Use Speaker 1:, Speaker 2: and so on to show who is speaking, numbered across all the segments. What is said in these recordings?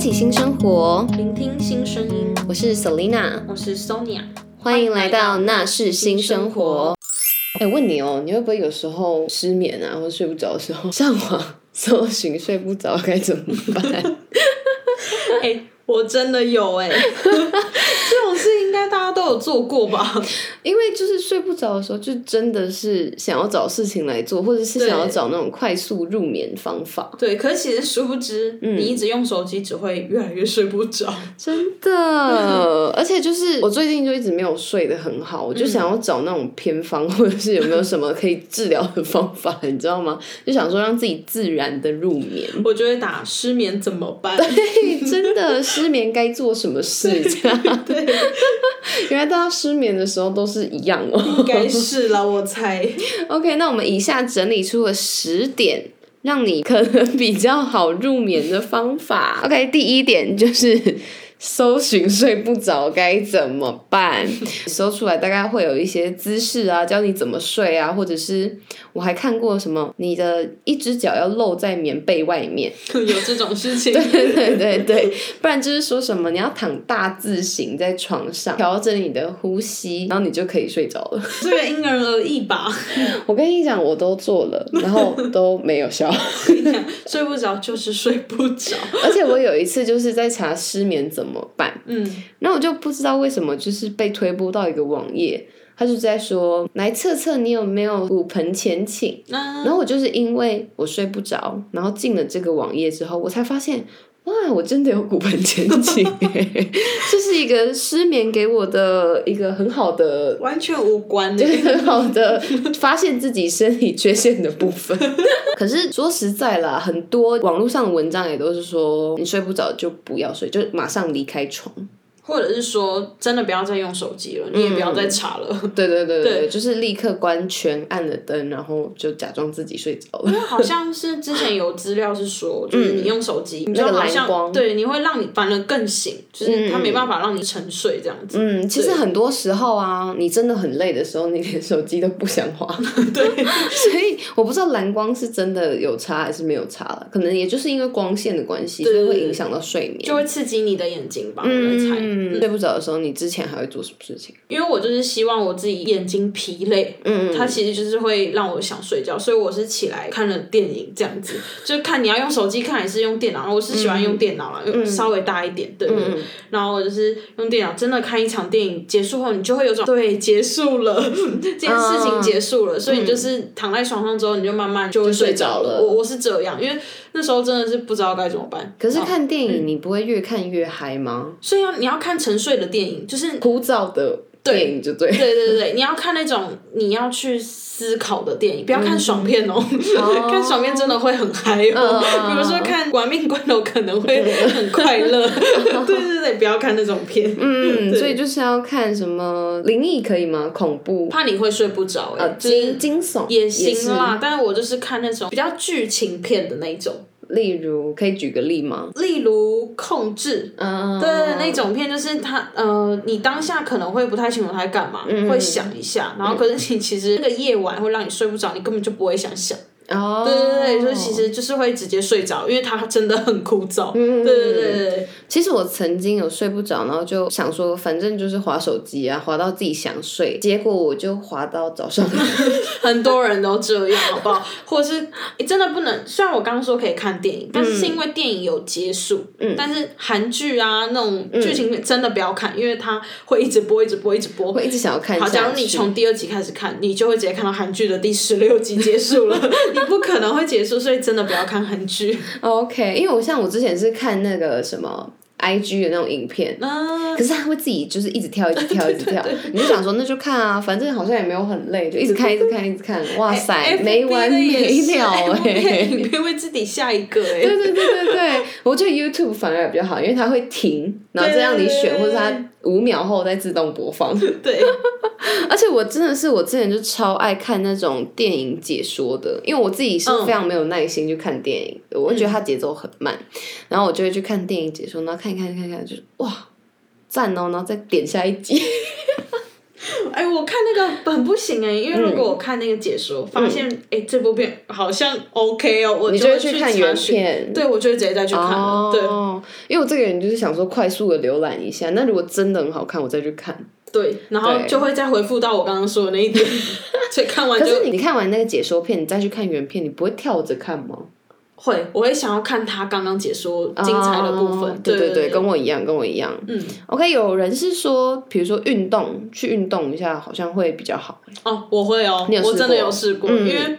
Speaker 1: 听生活，
Speaker 2: 聆听新声音。
Speaker 1: 我是 Selina，
Speaker 2: 我是 Sonia，
Speaker 1: 欢迎来到那是新生活。。哎、问你哦，你会不会有时候失眠啊，或者睡不着的时候， 上网搜寻睡不着该怎 么办？
Speaker 2: 哎、我真的有 哎、这种事应该大家都有做过吧？
Speaker 1: 因为就是睡不着的时候，就真的是想要找事情来做，或者是想要
Speaker 2: 对
Speaker 1: 找那种快速入眠方法。
Speaker 2: 对，可是其实殊不知，你一直用手机只会越来越睡不着。
Speaker 1: 真 的，而且就是嗯我最近就一直没有睡得很好，我就想要找那种偏方， 或者是有没有什么可以治疗的方法，你知道吗？就想说让自己自然的入眠。
Speaker 2: 我就会打失眠怎么办？
Speaker 1: 嘿， 真的失眠该做什么 事？这样，
Speaker 2: 对，
Speaker 1: 原来大家失眠的时候都是一样哦。
Speaker 2: 应该是啦，我猜。
Speaker 1: OK，那我们以下整理出了十点。让你可能比较好入眠的方法。OK，第一点就是 搜寻睡不着该怎么办，搜出来大概会有一些姿势啊，教你怎么睡啊，或者是我还看过什么，你的一只脚要露在棉被外面，
Speaker 2: 有这种事情，
Speaker 1: 对 对对对，不然就是说什么你要躺大字型在床上，调整你的呼吸，然后你就可以睡着了。
Speaker 2: 这个因人而异吧。
Speaker 1: 我跟你讲，我都做了，然后都没有效。
Speaker 2: 跟你讲，睡不着就是睡不着。
Speaker 1: 而且我有一次就是在查失眠怎么办，
Speaker 2: 嗯，
Speaker 1: 那我就不知道为什么就是被推播到一个网页，他就在说来测测你有没有骨盆前倾。
Speaker 2: 那
Speaker 1: 然后我就是因为我睡不着，然后进了这个网页之后，我才发现，哇，我真的有骨盆前倾欸，这是一个失眠给我的一个很好的，
Speaker 2: 呃完全无关的
Speaker 1: 就。是很好的发现自己身体缺陷的部分。 可是说实在啦，很多网络上的文章也都是说，你睡不着就不要睡，就马上离开床。
Speaker 2: 或者是说，真的不要再用手机了，你也不要再查了。
Speaker 1: 对对对对，对就是立刻关全暗的灯，然后就假装自己睡着了。
Speaker 2: 因为好像是之前有资料 是说，就是你用手机，你就
Speaker 1: 嗯那个
Speaker 2: 好
Speaker 1: 蓝光
Speaker 2: 像对，你会让你反而更醒，就是它没办法让你沉睡这样子。
Speaker 1: 嗯，其实很多时候啊，你真的很累的时候，你连手机都不想滑。
Speaker 2: 对，
Speaker 1: 所以我不知道蓝光是真的有差还是没有差了，可能也就是因为光线的关系，所
Speaker 2: 对
Speaker 1: 以
Speaker 2: 对
Speaker 1: 会影响到睡眠。
Speaker 2: 就会刺激你的眼睛吧，我在猜。
Speaker 1: 嗯，睡不着的时候，你之前还会做什么事情？
Speaker 2: 因为我就是希望我自己眼睛疲累，嗯，它其实就是会让我想睡觉，所以我是起来看了电影这样子，就是看你要用手机看还是用电脑，我是喜欢用电脑啦，用稍微大一点，对对对。然后我就是用电脑真的看一场电影，结束后你就会有种对结束了 这件事情结束了，所以你就是躺在床上之后，你就慢慢啊嗯就会
Speaker 1: 睡
Speaker 2: 睡
Speaker 1: 着
Speaker 2: 着
Speaker 1: 了
Speaker 2: 我我是这样，因为那时候真的是不知道该怎么办。
Speaker 1: 可是哎看电影，你不会越看越嗨吗？
Speaker 2: 所以要你要看沉睡的电影，就是
Speaker 1: 枯燥的电影就对了。
Speaker 2: 对对对对，你要看那种你要去思考的电影，不要看爽片哦。 看爽片真的会很嗨哦，
Speaker 1: 嗯
Speaker 2: 比如说看《玩命关头》可能会很 快乐。对对对，不要看那种片，
Speaker 1: 嗯，所以就是要看什么灵异可以吗？恐怖、
Speaker 2: 怕你会睡不
Speaker 1: 哦
Speaker 2: 着、欸。就
Speaker 1: 惊嗯
Speaker 2: 是
Speaker 1: 啊惊悚
Speaker 2: 也
Speaker 1: 是
Speaker 2: 行啦，但是我就是看那种比较剧情片的那一种，
Speaker 1: 例如，可以举个例吗？
Speaker 2: 例如《控制》。
Speaker 1: 嗯，
Speaker 2: 对，那种片就是它，呃，你当下可能会不太清楚它在干嘛，
Speaker 1: 嗯
Speaker 2: 会想一下，然后可是你其实那个夜晚会让你睡不着，你根本就不会想想。
Speaker 1: 哦，
Speaker 2: 对对对，所以其实就是会直接睡着，因为它真的很枯燥。嗯、对对对对，
Speaker 1: 其实我曾经有睡不着，然后就想说，反正就是划手机啊，划到自己想睡，结果我就划到早上。
Speaker 2: 很多人都这样，好不好？或者是、诶真的不能，虽然我刚刚说可以看电影，但是
Speaker 1: 嗯
Speaker 2: 是因为电影有结束，嗯、但是韩剧啊那种
Speaker 1: 嗯
Speaker 2: 剧情片真的不要看，因为它会一直播，一直播，一直播。
Speaker 1: 我一直想要看
Speaker 2: 好，假
Speaker 1: 下
Speaker 2: 如你
Speaker 1: 去。
Speaker 2: 从第二集开始看，你就会直接看到韩剧的第十六集结束了， 你不可能会结束，所以真的不要看韩剧。
Speaker 1: OK，因为我像我之前是看那个什么 IG 的那种影片。
Speaker 2: 嗯，
Speaker 1: 可是它会自己就是一直跳，一直跳，一直跳。你就想说那就看啊，反正好像也没有很累，就一直看，一直看，一直看。哇塞，
Speaker 2: FB
Speaker 1: 没完
Speaker 2: 哎的
Speaker 1: 没
Speaker 2: 也是
Speaker 1: 了哎、
Speaker 2: FB 你会为自己下一个哎、
Speaker 1: 对对对对对，我觉得 YouTube 反而比较好，因为它会停，然后再让你选，
Speaker 2: 对
Speaker 1: 或者它五秒后再自动播放。
Speaker 2: 对，
Speaker 1: 而且我真的是我之前就超爱看那种电影解说的，因为我自己是
Speaker 2: 嗯
Speaker 1: 非常没有耐心去看电影的，我会觉得它节奏很慢，然后我就会去看电影解说，然后看一看看一看，就是哇。赞哦，然后再点下一集，
Speaker 2: 哎、我看那个很不行哎、因为如果我看那个解说，发现哎、这部片好像 OK 哦，我
Speaker 1: 嗯你
Speaker 2: 就
Speaker 1: 会
Speaker 2: 会
Speaker 1: 去
Speaker 2: 去
Speaker 1: 看
Speaker 2: 查
Speaker 1: 原
Speaker 2: 询
Speaker 1: 片。
Speaker 2: 对，我就会直接再去看了。对
Speaker 1: 哦，因为我这个人就是想说快速的浏览一下，那如果真的很好看，我再去看。
Speaker 2: 对，然后就会再回复到我刚刚说的那一 点，所以 看完
Speaker 1: 可
Speaker 2: 就是
Speaker 1: 你你看完那个解说片，你再去看原片，你不会跳着看吗？
Speaker 2: 会，我会想要看他刚刚解说精彩的部分。
Speaker 1: 哦
Speaker 2: 对
Speaker 1: 对对，
Speaker 2: 对，
Speaker 1: 跟我一样，跟我一样。
Speaker 2: 嗯，
Speaker 1: OK，有人是说，比如说运动，去运动一下好像会比较好。
Speaker 2: 哦，我会哦
Speaker 1: 你有，
Speaker 2: 我
Speaker 1: 试
Speaker 2: 真的
Speaker 1: 过
Speaker 2: 有试过，
Speaker 1: 嗯
Speaker 2: 因为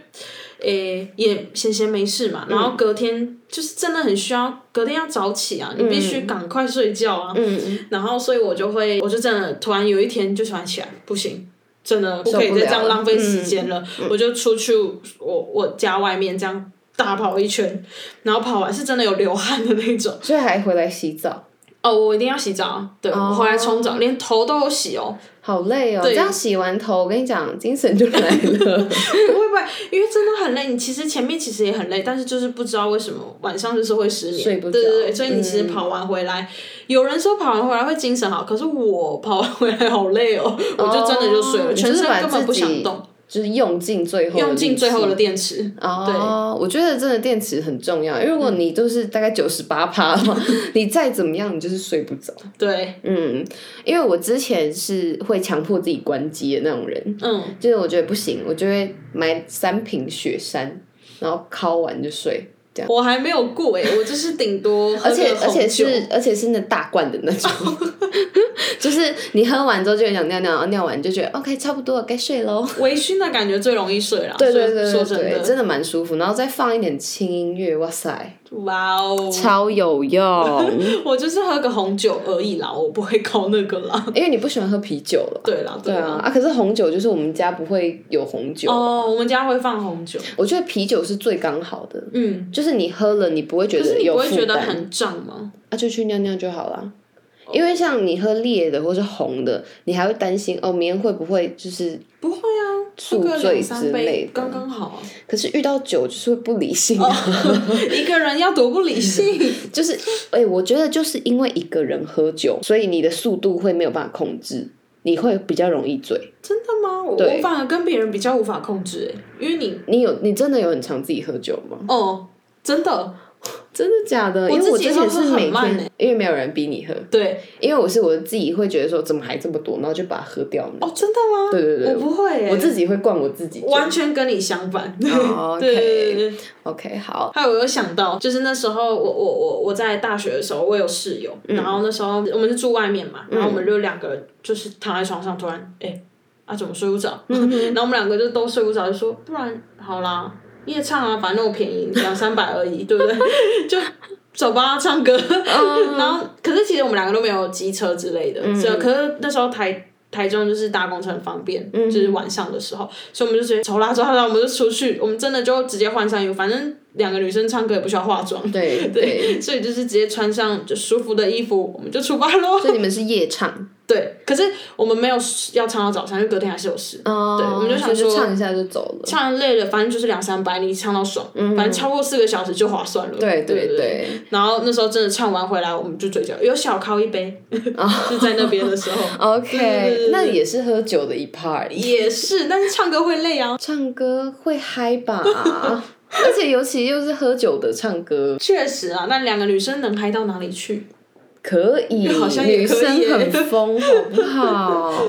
Speaker 2: 诶也闲闲没事嘛，然后隔天就是真的很需要，隔天要早起啊，你必须赶快睡觉啊，
Speaker 1: 嗯，
Speaker 2: 然后所以我就会，我就真的突然有一天就突然起来，不行。真的不可以
Speaker 1: 受不
Speaker 2: 再
Speaker 1: 了
Speaker 2: 这样
Speaker 1: 了
Speaker 2: 浪费时
Speaker 1: 嗯
Speaker 2: 间了，我就出去我我家外面这样大跑一圈，然后跑完是真的有流汗的那种。
Speaker 1: 所以还回来洗澡，
Speaker 2: 哦，我一定要洗澡，对、
Speaker 1: 哦
Speaker 2: 我回来冲澡，连头都有洗哦。
Speaker 1: 好累哦。这样洗完头，我跟你讲，精神就来了。
Speaker 2: 不会不会，因为真的很累。你其实前面其实也很累，但是就是不知道为什么晚上就是会失眠，
Speaker 1: 睡不着
Speaker 2: 对对对，所以你其实
Speaker 1: 嗯
Speaker 2: 跑完回来，有人说跑完回来会精神好，可是我跑完回来好累哦， 我就真的就睡
Speaker 1: 嗯
Speaker 2: 了，
Speaker 1: 哦
Speaker 2: 全身根本不
Speaker 1: 你
Speaker 2: 想
Speaker 1: 就是把
Speaker 2: 动，
Speaker 1: 自己就是用尽最后的力气，
Speaker 2: 用尽最后的电池。
Speaker 1: 哦，我觉得真的电池很重要，因为如果
Speaker 2: 嗯
Speaker 1: 你就是大概九十八趴 的话，你再怎么样，你就是睡不着。
Speaker 2: 对，
Speaker 1: 嗯，因为我之前是会强迫自己关机的那种人，
Speaker 2: 嗯，
Speaker 1: 就是我觉得不行，我就会买三瓶雪山，然后敲完就睡。
Speaker 2: 我还没有过哎，我就是顶多喝
Speaker 1: 而且
Speaker 2: 个
Speaker 1: 而且
Speaker 2: 红酒
Speaker 1: 是而且是那大罐的那 种，就是你喝完之后就很想尿尿，然后尿完就觉得 OK 差不多了，该睡喽。
Speaker 2: 微醺的感觉最容易睡了。
Speaker 1: 对对
Speaker 2: 说
Speaker 1: 对对
Speaker 2: 说真
Speaker 1: 对，
Speaker 2: 的，
Speaker 1: 真的蛮舒服，然后再放一点轻音乐，哇塞，
Speaker 2: 哇哦，
Speaker 1: 超有 用。
Speaker 2: 我就是喝个红酒而已啦，我不会搞那个啦。
Speaker 1: 因为你不喜欢喝啤酒了。
Speaker 2: 对啦，
Speaker 1: 对
Speaker 2: 啦
Speaker 1: 啊，啊，可是红酒就是我们家不会有红酒，
Speaker 2: 哦，我们家会放红酒。
Speaker 1: 我觉得啤酒是最刚好的，
Speaker 2: 嗯，
Speaker 1: 就是你喝了你不会觉
Speaker 2: 可是
Speaker 1: 得
Speaker 2: 你
Speaker 1: 有
Speaker 2: 不会
Speaker 1: 负
Speaker 2: 觉得
Speaker 1: 担，
Speaker 2: 很胀吗？哦
Speaker 1: 啊，就去尿尿就好啦。因为像你喝烈的或是红的，你还会担心哦，明天会不会就是？
Speaker 2: 不会啊，
Speaker 1: 宿
Speaker 2: 喝个
Speaker 1: 醉
Speaker 2: 两
Speaker 1: 之
Speaker 2: 三
Speaker 1: 类
Speaker 2: 杯
Speaker 1: 的
Speaker 2: 刚刚好啊。
Speaker 1: 可是遇到酒就是会不理
Speaker 2: 哦
Speaker 1: 性啊，
Speaker 2: 一个人要多不理性。
Speaker 1: 就是哎、我觉得就是因为一个人喝酒，所以你的速度会没有办法控制，你会比较容易醉。
Speaker 2: 真的吗？我
Speaker 1: 对
Speaker 2: 我反而跟别人比较无法控制、欸，因为你
Speaker 1: 你有你真的有很常自己喝酒 吗？
Speaker 2: 哦，真的
Speaker 1: 真的假的？
Speaker 2: 我
Speaker 1: 因为我
Speaker 2: 自己
Speaker 1: 之前
Speaker 2: 喝喝
Speaker 1: 是
Speaker 2: 很
Speaker 1: 每
Speaker 2: 慢欸
Speaker 1: 天，因为没有人逼你喝，
Speaker 2: 对
Speaker 1: 因为我是我自己会觉得说怎么还这么多，然后就把它喝掉那种。
Speaker 2: 哦，真的吗？
Speaker 1: 对对对
Speaker 2: 我不会、欸，
Speaker 1: 我自己会灌我自己酒。
Speaker 2: 完全跟你相反。
Speaker 1: 哦
Speaker 2: 对对
Speaker 1: OK
Speaker 2: 对对对
Speaker 1: OK，好，
Speaker 2: 还有我有想到，就是那时候我我我我在大学的时候，我有室友，然后那时候我们是住外面嘛，然后我们就两个人就是躺在床上，突然哎、啊怎么睡不着？ 然后我们两个就都睡不着，就说不然好啦，夜唱啊，反正那么便宜，两三百而已，对不对？ 就走吧，唱歌。
Speaker 1: 啊嗯
Speaker 2: 然后可是其实我们两个都没有机车之类的，这、可是那时候台。台中就是搭公车很方便，
Speaker 1: 嗯
Speaker 2: 就是晚上的时候，所以我们就直接走啦走啦，走啦我们就出去，我们真的就直接换上衣服，反正两个女生唱歌也不需要 化妆，
Speaker 1: 对对，
Speaker 2: 对，所以就是直接穿上就舒服的衣服，我们就出发喽。
Speaker 1: 所以你们是夜唱
Speaker 2: 对，可是我们没有要唱到早上，因为隔天还是有事。
Speaker 1: 哦
Speaker 2: 对我们就想说
Speaker 1: 所以唱一下就走了。嗯
Speaker 2: 唱累了，反正就是两三百，你唱到爽，反正超过四个小时就划啊算了。
Speaker 1: 对对
Speaker 2: 对不
Speaker 1: 对，
Speaker 2: 然后那时候真的唱完回来，我们就嘴角有小靠一杯，
Speaker 1: 哦
Speaker 2: 就在那边的时候对对对
Speaker 1: OK，
Speaker 2: 对
Speaker 1: 那也是喝酒的一 part。
Speaker 2: 也是，但是唱歌会累啊，
Speaker 1: 唱歌会嗨 吧？而且尤其又是喝酒的唱歌，
Speaker 2: 确实啊。那两个女生能嗨到哪里去？
Speaker 1: 可以，
Speaker 2: 好像也
Speaker 1: 女
Speaker 2: 可以
Speaker 1: 生
Speaker 2: 耶
Speaker 1: 很疯，好不 好？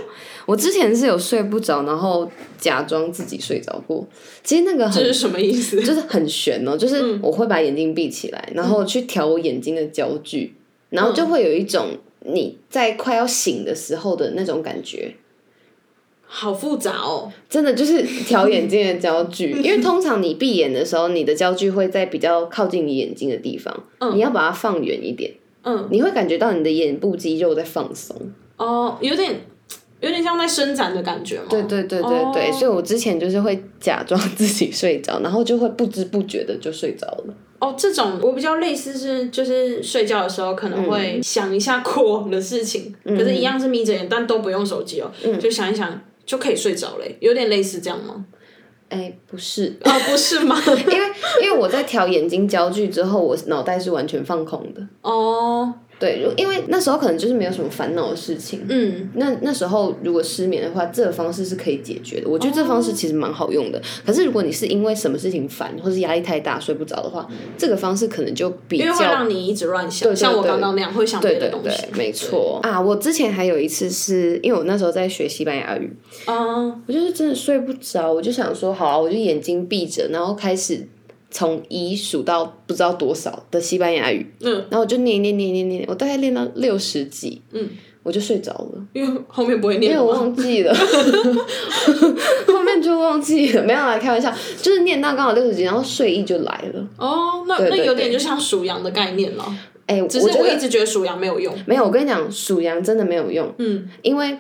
Speaker 1: 我之前是有睡不着，然后假装自己睡着过。其实哎那个
Speaker 2: 这
Speaker 1: 很
Speaker 2: 是什么意思？嗯
Speaker 1: 就是很悬哦，就是我会把眼睛闭起来，然后去调我眼睛的焦距，然后
Speaker 2: 嗯
Speaker 1: 就会有一种你在快要醒的时候的那种感觉。
Speaker 2: 好复杂哦。
Speaker 1: 真的就是调眼睛的焦 距，因为通常你闭眼的时候，你的焦距会在比较靠近你眼睛的地方，你要把它放远一点，
Speaker 2: 嗯，
Speaker 1: 你会感觉到你的眼部肌肉在放松。
Speaker 2: 哦，有点有点像在伸展的感觉嘛。
Speaker 1: 对对对对对，
Speaker 2: 哦
Speaker 1: 所以我之前就是会假装自己睡着，然后就会不知不觉的就睡着了。
Speaker 2: 哦，这种我比较类似是，就是睡觉的时候可能会想一下过往的事情，
Speaker 1: 嗯
Speaker 2: 可是一样是眯着眼，但都不用手机哦，就想一想就可以睡着嘞，有点类似这样吗？
Speaker 1: 哎，不 是，
Speaker 2: 哦，不是 吗？
Speaker 1: 因为因为我在调眼睛焦距之后，我脑袋是完全放空的。
Speaker 2: 哦，
Speaker 1: 对，如因为那时候可能就是没有什么烦恼的事情。
Speaker 2: 嗯，
Speaker 1: 那那时候如果失眠的话，这个方式是可以解决的。我觉得这方式其实蛮好用
Speaker 2: 哦
Speaker 1: 的。可是如果你是因为什么事情烦，或是压力太大睡不着的话，这个方式可能就比
Speaker 2: 嗯因为
Speaker 1: 较
Speaker 2: 会让你一直乱想，像我刚刚那样会想别
Speaker 1: 对
Speaker 2: 的
Speaker 1: 对
Speaker 2: 东
Speaker 1: 对
Speaker 2: 西。，
Speaker 1: 没错啊。我之前还有一次是因为我那时候在学西班牙语，
Speaker 2: 啊，
Speaker 1: 我就是真的睡不着，我就想说好啊，我就眼睛闭着，然后开始从一数到不知道多少的西班牙语，
Speaker 2: 嗯，
Speaker 1: 然后我就念念念念念，我大概练到六十几，
Speaker 2: 嗯，
Speaker 1: 我就睡着了，
Speaker 2: 因为后面不会
Speaker 1: 因
Speaker 2: 念
Speaker 1: 为
Speaker 2: 了
Speaker 1: 我
Speaker 2: 吗？
Speaker 1: 忘记了， 后面就忘记了，没有啦，开玩笑，就是念到刚好六十几，然后睡意就来了，
Speaker 2: 哦，那
Speaker 1: 对对
Speaker 2: 那
Speaker 1: 对
Speaker 2: 有点就像数羊的概念了，
Speaker 1: 哎、我
Speaker 2: 哦只是
Speaker 1: 觉
Speaker 2: 我
Speaker 1: 得
Speaker 2: 一直觉得数羊没有用。
Speaker 1: 没有，我跟你讲，数羊真的没有用，
Speaker 2: 嗯，
Speaker 1: 因为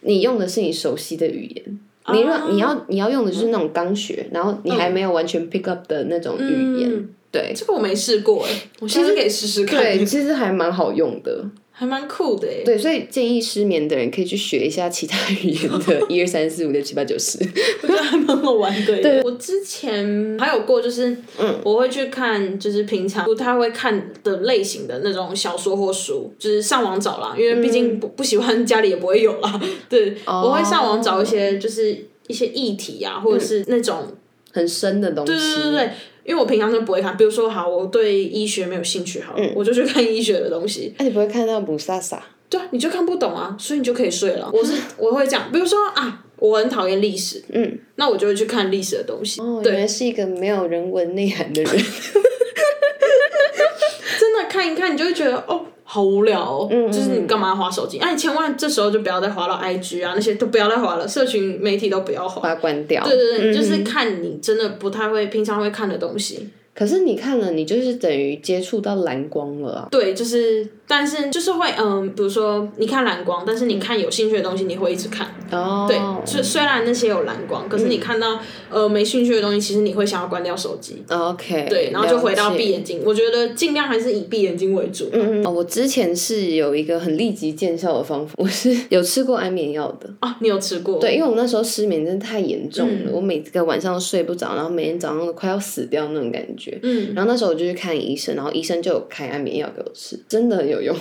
Speaker 1: 你用的是你熟悉的语言。你若
Speaker 2: 啊
Speaker 1: 你要你要用的就是那种刚学，然后你还没有完全 pick up 的那种语言，
Speaker 2: 嗯
Speaker 1: 对
Speaker 2: 这个我没试过哎，我下次可以试试看，
Speaker 1: 对，其实还蛮好用的。
Speaker 2: 还蛮酷的哎。
Speaker 1: 对，所以建议失眠的人可以去学一下其他语言 的一二三四五六七八九十。
Speaker 2: 我觉得还蛮好玩的。对，我之前还有过，就是
Speaker 1: 嗯
Speaker 2: 我会去看，就是平常不太会看的类型的那种小说或书，就是上网找啦，因为毕
Speaker 1: 嗯
Speaker 2: 竟不、不喜欢，家里也不会有啦。对，
Speaker 1: 哦
Speaker 2: 我会上网找一些，就是一些议题啊，或者是那种，
Speaker 1: 很深嗯的东西。
Speaker 2: 对对对对。因为我平常就不会看，比如说好，我对医学没有兴趣，
Speaker 1: 嗯
Speaker 2: 好了，我就去看医学的东西。
Speaker 1: 那、你不会看到补萨萨？
Speaker 2: 对啊，你就看不懂啊，所以你就可以睡了。我是我会这样，比如说啊，我很讨厌历史，嗯，那我就会去看历史的东西。
Speaker 1: 哦，
Speaker 2: 对。
Speaker 1: 原来是一个没有人文内涵的人。
Speaker 2: 真的看一看，你就会觉得哦，好无聊哦，
Speaker 1: 嗯
Speaker 2: 就是你干嘛划手机？哎、你千万这时候就不要再划到 IG 啊，那些都不要再划了，社群媒体都不要划。
Speaker 1: 把它关掉。嗯
Speaker 2: 对对对，就是看你真的不太会平常会看的东西。
Speaker 1: 可是你看了，你就是等于接触到蓝光了啊。
Speaker 2: 对，就是，但是就是会，嗯，比如说你看蓝光，但是你看有兴趣的东西，你会一直看。
Speaker 1: 嗯哦，嗯
Speaker 2: 啊对，虽虽然那些有蓝光，可是你看到、呃没兴趣的东西，其实你会想要关掉手机。
Speaker 1: ，OK，
Speaker 2: 对，然后就回到
Speaker 1: 了解
Speaker 2: 闭眼睛。我觉得尽量还是以闭眼睛为主。
Speaker 1: 嗯嗯，哦我之前是有一个很立即见效的方法，我 是有吃过安眠药的。
Speaker 2: 啊，你有吃过？嗯
Speaker 1: 对，因为我那时候失眠真的太严重了，我每个晚上都睡不着，然后每天早上都快要死掉那种感觉。
Speaker 2: 嗯，
Speaker 1: 然后那时候我就去看医生，然后医生就有开安眠药给我吃，真的很有用，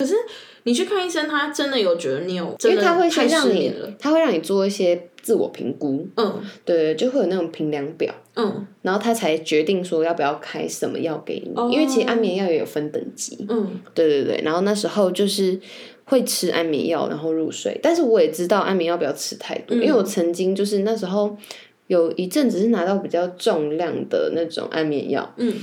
Speaker 2: 你去看医生，他真的有觉得你有，
Speaker 1: 因
Speaker 2: 真
Speaker 1: 为
Speaker 2: 的
Speaker 1: 他会
Speaker 2: 太
Speaker 1: 先
Speaker 2: 失
Speaker 1: 让你
Speaker 2: 眠了。，
Speaker 1: 他会让你做一些自我评估，
Speaker 2: 嗯
Speaker 1: 对，就会有那种评量表，
Speaker 2: 嗯
Speaker 1: 然后他才决定说要不要开什么药给你，因为其实安眠药也有分等级。
Speaker 2: 嗯，
Speaker 1: 对对对，然后那时候就是会吃安眠药，然后入睡。但是我也知道安眠药不要吃太多，因为我曾经就是那时候有一阵子是拿到比较重量的那种安眠药，
Speaker 2: 嗯，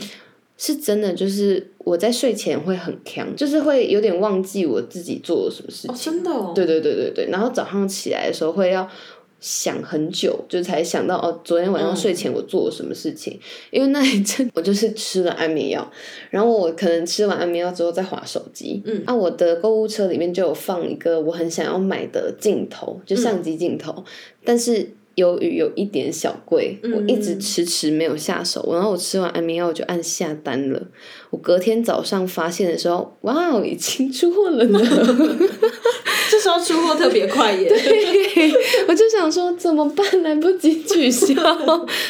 Speaker 1: 是真的就是我在睡前会很强，就是会有点忘记我自己做了什么事
Speaker 2: 哦，
Speaker 1: 情。
Speaker 2: 真的哦，
Speaker 1: 对对对对对，然后早上起来的时候会要。想很久，就才想到哦，昨天晚上睡前我做了什么事情？因为那一阵我就是吃了安眠药，然后我可能吃完安眠药之后再划手机，嗯，啊，我的购物车里面就有放一个我很想要买的镜头，就相机镜
Speaker 2: 嗯
Speaker 1: 头，但是由于有一点小贵，我一直迟
Speaker 2: 嗯
Speaker 1: 迟没有下手，然后我吃完安眠药我就按下单了，我隔天早上发现的时候，哇哦，已经出货了呢。
Speaker 2: 这时候出货特别快耶。
Speaker 1: 我就想说怎么办，来不及取 消。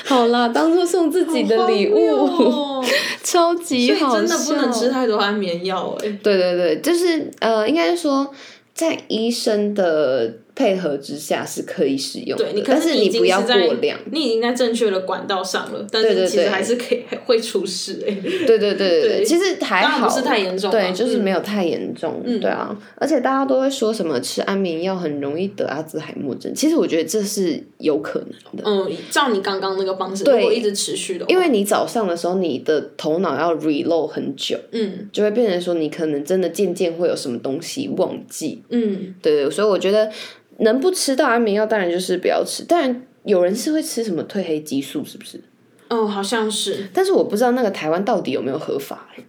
Speaker 1: 好啦，当做 送自己的礼
Speaker 2: 好荒谬
Speaker 1: 物，
Speaker 2: 哦
Speaker 1: 超级
Speaker 2: 所以
Speaker 1: 好
Speaker 2: 真的不能吃
Speaker 1: 笑
Speaker 2: 太多安眠药哎。
Speaker 1: 对对对，就是呃，应该说在医生的配合之下是可以使用的，
Speaker 2: 对你，可
Speaker 1: 但
Speaker 2: 是
Speaker 1: 是
Speaker 2: 你已
Speaker 1: 你
Speaker 2: 经
Speaker 1: 不要
Speaker 2: 是在
Speaker 1: 过量。，
Speaker 2: 你已经在正确的管道上了，但
Speaker 1: 对
Speaker 2: 是
Speaker 1: 对
Speaker 2: 其实
Speaker 1: 对
Speaker 2: 还是可以会出事哎。
Speaker 1: 对对对对
Speaker 2: 对
Speaker 1: 对，其实还
Speaker 2: 当然
Speaker 1: 好，
Speaker 2: 不是太严重啊
Speaker 1: 对，就是
Speaker 2: 嗯
Speaker 1: 没有太严重，对啊。而且大家都会说什么吃安眠药很容易得阿兹海默症，其实我觉得这是有可能的。
Speaker 2: 嗯，照你刚刚那个方式，如
Speaker 1: 对
Speaker 2: 果一直持续的话，
Speaker 1: 因为你早上的时候，你的头脑要 reload 很久，
Speaker 2: 嗯
Speaker 1: 就会变成说你可能真的渐渐会有什么东西忘记，
Speaker 2: 嗯，
Speaker 1: 对对，所以我觉得能不吃到安眠药，当然就是不要吃。当然有人是会吃什么褪黑激素，是不是？
Speaker 2: 哦，好像是
Speaker 1: 但是我不知道那个台湾到底有没有合法、欸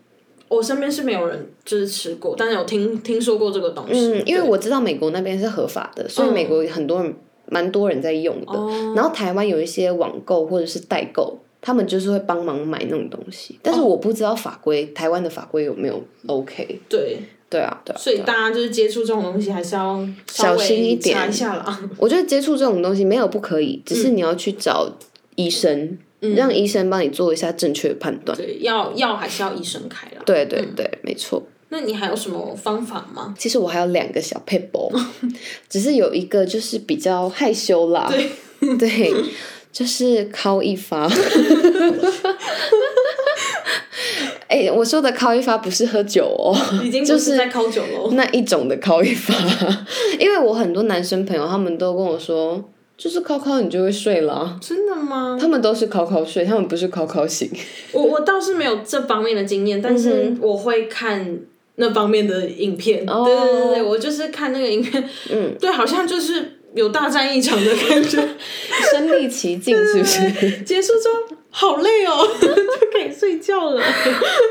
Speaker 2: 我身边是没有人就是吃过，但是有听听说过这个东西。哦
Speaker 1: 嗯，因为我知道美国那边是合法的，所以美国很多人蛮、多人在嗯用的。然后台湾有一些网购或者是代购，他们就是会帮忙买那种东西，但是我不知道法规，台湾的法规有没有 OK？
Speaker 2: 对，
Speaker 1: 对啊，对啊。
Speaker 2: 所以大家就是接触这种东西还是要
Speaker 1: 小
Speaker 2: 稍
Speaker 1: 心
Speaker 2: 微
Speaker 1: 一点
Speaker 2: 查一下啦。
Speaker 1: 我觉得接触这种东西没有不可以，只是
Speaker 2: 嗯
Speaker 1: 你要去找医生，让嗯医生帮你做一下正确的判断。
Speaker 2: 对，要药还是要医生开啦。
Speaker 1: 对对对，没错。
Speaker 2: 那你还有什么方法吗？
Speaker 1: 其实我还有两个小 p e 只是有一个就是比较害羞啦，对，就是靠一 发。哎、我说的靠一发不是喝酒哦，
Speaker 2: 已经不
Speaker 1: 就是
Speaker 2: 在靠酒喽。
Speaker 1: 那一种的靠一发， 因为我很多男生朋友他们都跟我说，就是靠靠你就会睡了啊、
Speaker 2: 真的吗？
Speaker 1: 他们都是靠靠睡，他们不是靠靠醒。
Speaker 2: 我我倒是没有这方面的经验，但
Speaker 1: 嗯
Speaker 2: 是我会看那方面的影片。
Speaker 1: 哦
Speaker 2: 对对对对，我就是看那个影片，嗯， 对，好像就是有大战一场的感觉。
Speaker 1: 身临其境是不是？
Speaker 2: 结束之后好累哦， 就可以睡觉了。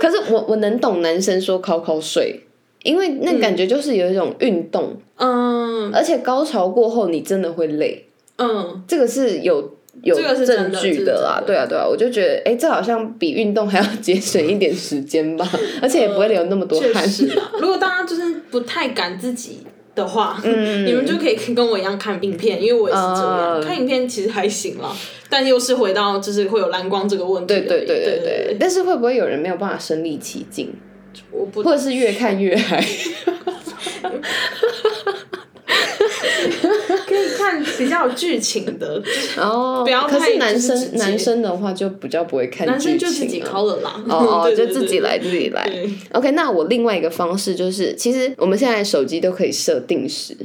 Speaker 1: 可是我我能懂男生说靠靠睡，因为那感觉就是有一种运动，
Speaker 2: 嗯
Speaker 1: 而且高潮过后你真的会累，
Speaker 2: 嗯，
Speaker 1: 这个是有有
Speaker 2: 这个是真
Speaker 1: 证
Speaker 2: 的
Speaker 1: 据啦。
Speaker 2: 这是真的
Speaker 1: 对啊对啊，我就觉得哎、诶这好像比运动还要节省一点时间 吧，而且也不会流那么多
Speaker 2: 确
Speaker 1: 汗。
Speaker 2: 实啊。如果大家就是不太敢自己。的话，你们就可以跟我一样看影片，因为我也是这样。
Speaker 1: 嗯
Speaker 2: 看影片其实还行啦，但又是回到就是会有蓝光这个问题而
Speaker 1: 对
Speaker 2: 已。
Speaker 1: 对对对
Speaker 2: 对
Speaker 1: 对，但是会不会有人没有办法身临其境，
Speaker 2: 我不
Speaker 1: 或者是越看越嗨？
Speaker 2: 可以看比较有剧情的，
Speaker 1: 哦，
Speaker 2: 不要太
Speaker 1: 可是男生
Speaker 2: 就是直接
Speaker 1: 男生的话就比较不会看
Speaker 2: 男生就
Speaker 1: 剧情
Speaker 2: 自己
Speaker 1: 啊
Speaker 2: 考了啦。
Speaker 1: 哦哦，
Speaker 2: 对
Speaker 1: 就
Speaker 2: 对
Speaker 1: 自己来，自己来
Speaker 2: 对。对
Speaker 1: OK，那我另外一个方式就是，其实我们现在手机都可以设定时，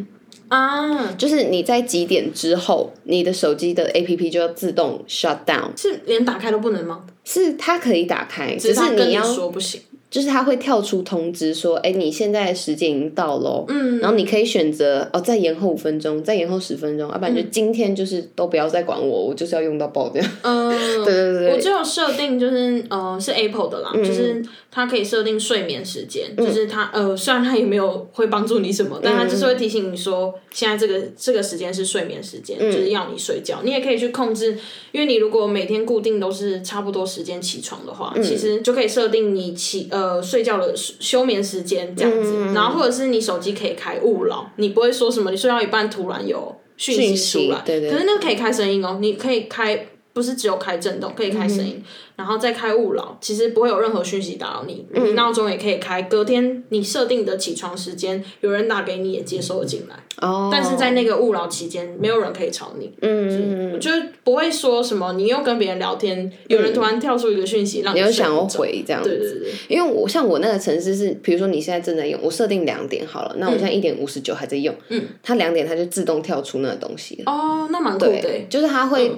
Speaker 2: 啊，
Speaker 1: 就是你在几点之后，你的手机的 APP 就要自动 shut down，
Speaker 2: 是连打开都不能吗？
Speaker 1: 是它可以打开，只
Speaker 2: 只他
Speaker 1: 是
Speaker 2: 跟
Speaker 1: 你要，
Speaker 2: 说不行。
Speaker 1: 就是它会跳出通知说，哎、你现在的时间已经到喽。
Speaker 2: 嗯，
Speaker 1: 然后你可以选择哦，再延后五分钟，再延后十分钟，啊要、不然就今天就是都不要再管我，我就是要用到爆这样。
Speaker 2: 嗯，
Speaker 1: 对对对嗯
Speaker 2: 我就有设定，就是呃，是 Apple 的啦，就是它可以设定睡眠时间，就是它呃，虽然它也没有会帮助你什么，
Speaker 1: 嗯
Speaker 2: 但它就是会提醒你说，现在这个这个时间是睡眠时
Speaker 1: 嗯
Speaker 2: 间，就是要你睡觉。你也可以去控制，因为你如果每天固定都是差不多时间起床的话，
Speaker 1: 嗯
Speaker 2: 其实就可以设定你起呃睡觉的休休眠时间这样子，
Speaker 1: 嗯
Speaker 2: 然后或者是你手机可以开勿扰，你不会说什么你睡到一半突然有。讯
Speaker 1: 讯
Speaker 2: 息
Speaker 1: 息
Speaker 2: 出来，
Speaker 1: 对对
Speaker 2: 可是那个可以开声音哦，你可以开，不是只有开震动，可以开
Speaker 1: 嗯
Speaker 2: 声音，然后再开勿扰，其实不会有任何讯息打扰你。
Speaker 1: 嗯
Speaker 2: 你闹钟也可以开，隔天你设定的起床时间，有人打给你也接收了进来，
Speaker 1: 哦，
Speaker 2: 但是在那个勿扰期间，没有人可以吵你，
Speaker 1: 嗯，
Speaker 2: 我就是不会说什么你又跟别人聊天，有人突然跳出一个讯息让
Speaker 1: 你
Speaker 2: 你
Speaker 1: 又想要
Speaker 2: 睡不着，
Speaker 1: 回这样子
Speaker 2: 对对对，
Speaker 1: 因为我像我那个城市是，比如说你现在正在用，我设定两点好了，那我现
Speaker 2: 嗯
Speaker 1: 在一点五十九还在用，嗯，它两点它就自动跳出那个东西了，
Speaker 2: 哦，那蛮酷的欸，
Speaker 1: 就是它会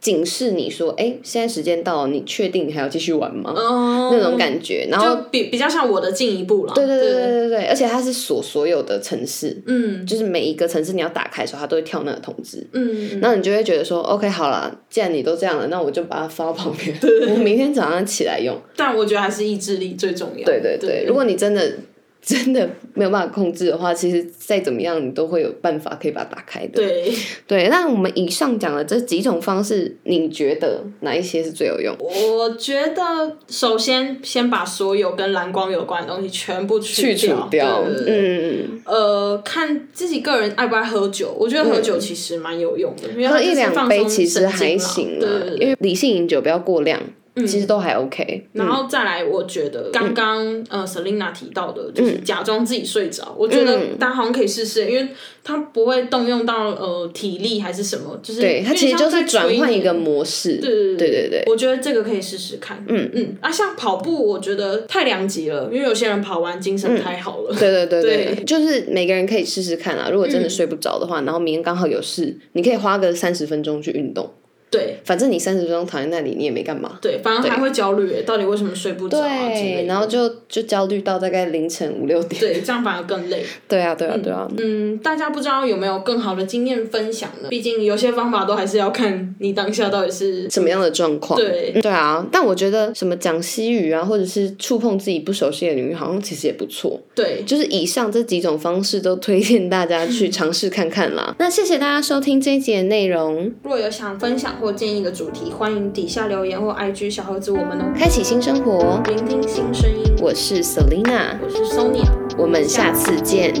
Speaker 1: 警示你说，哎、现在时间到了，你确定你还要继续玩吗？
Speaker 2: 嗯，
Speaker 1: 那种感觉，然后
Speaker 2: 就比比较像我的进一步了，
Speaker 1: 对对对对对对，而且它是锁所有的城市，
Speaker 2: 嗯
Speaker 1: 就是每一个城市你要打开的时候，它都会跳那个通知。
Speaker 2: 嗯，
Speaker 1: 然后你就会觉得说，OK，好了，既然你都这样了，那我就把它放到旁边，我明天早上起来用。
Speaker 2: 但我觉得还是意志力最重要，
Speaker 1: 对对对，如果你真的 真的没有办法控制的话，其实再怎么样啊你都会有办法可以把它打 开的。
Speaker 2: 对，
Speaker 1: 对，那我们以上讲的这几种方式，你觉得哪一些是最有用？
Speaker 2: 我觉得首先先把所有跟蓝光有关的东西全部
Speaker 1: 去除
Speaker 2: 掉，
Speaker 1: 掉，
Speaker 2: 对对对
Speaker 1: 嗯，
Speaker 2: 呃，看自己个人爱不爱喝酒，我觉得喝酒其实蛮有用的，因为它
Speaker 1: 喝
Speaker 2: 就
Speaker 1: 一
Speaker 2: 是
Speaker 1: 两
Speaker 2: 放
Speaker 1: 杯
Speaker 2: 松
Speaker 1: 其实
Speaker 2: 神经
Speaker 1: 还
Speaker 2: 嘛
Speaker 1: 行
Speaker 2: 对
Speaker 1: 啦
Speaker 2: 对，嗯对
Speaker 1: 因为理性饮酒不要过量，其实都还 OK。
Speaker 2: 然后再来，我觉得刚刚呃 Selina 提到的，就是假装自己睡着，我觉
Speaker 1: 嗯
Speaker 2: 得大家好像可以试试，因为它不会动用到呃体力还是什么，就是
Speaker 1: 对，它
Speaker 2: 有点
Speaker 1: 其实就
Speaker 2: 像
Speaker 1: 是
Speaker 2: 在
Speaker 1: 转
Speaker 2: 催
Speaker 1: 换
Speaker 2: 你
Speaker 1: 一个模式。对
Speaker 2: 对
Speaker 1: 对对，
Speaker 2: 我觉得这个可以试试看。嗯嗯，啊，像跑步，我觉得太两极了，因为有些人跑完精神太好了。嗯
Speaker 1: 对对对对，就是每个人可以试试看啊。如果真的睡不着的话，然后明天刚好有事，你可以花个三十分钟去运动。
Speaker 2: 对
Speaker 1: 反正你三十分钟躺在那里，你也没干嘛。
Speaker 2: 对，反而还会焦虑耶，到底为什么睡不着啊之类
Speaker 1: 对，
Speaker 2: 的。
Speaker 1: 然后就就焦虑到大概凌晨五六点。
Speaker 2: 对，这样反而更累。
Speaker 1: 对啊，对啊，对啊。
Speaker 2: 嗯，大家不知道有没有更好的经验分享呢？毕竟有些方法都还是要看你当下到底是
Speaker 1: 什么样的状况？
Speaker 2: 对
Speaker 1: 嗯嗯对啊，但我觉得什么讲西语啊，或者是触碰自己不熟悉的领域，好像其实也不错。
Speaker 2: 对。
Speaker 1: 就是以上这几种方式都推荐大家去尝试看看啦。 那谢谢大家收听这一集的内容，
Speaker 2: 若有想分享或建议的主题，欢迎底下留言或 IG 小盒子我们哦。
Speaker 1: 开启新生活。
Speaker 2: 聆听新声音，
Speaker 1: 我是 Selina，
Speaker 2: 我是 Sonia，
Speaker 1: 我们下次见。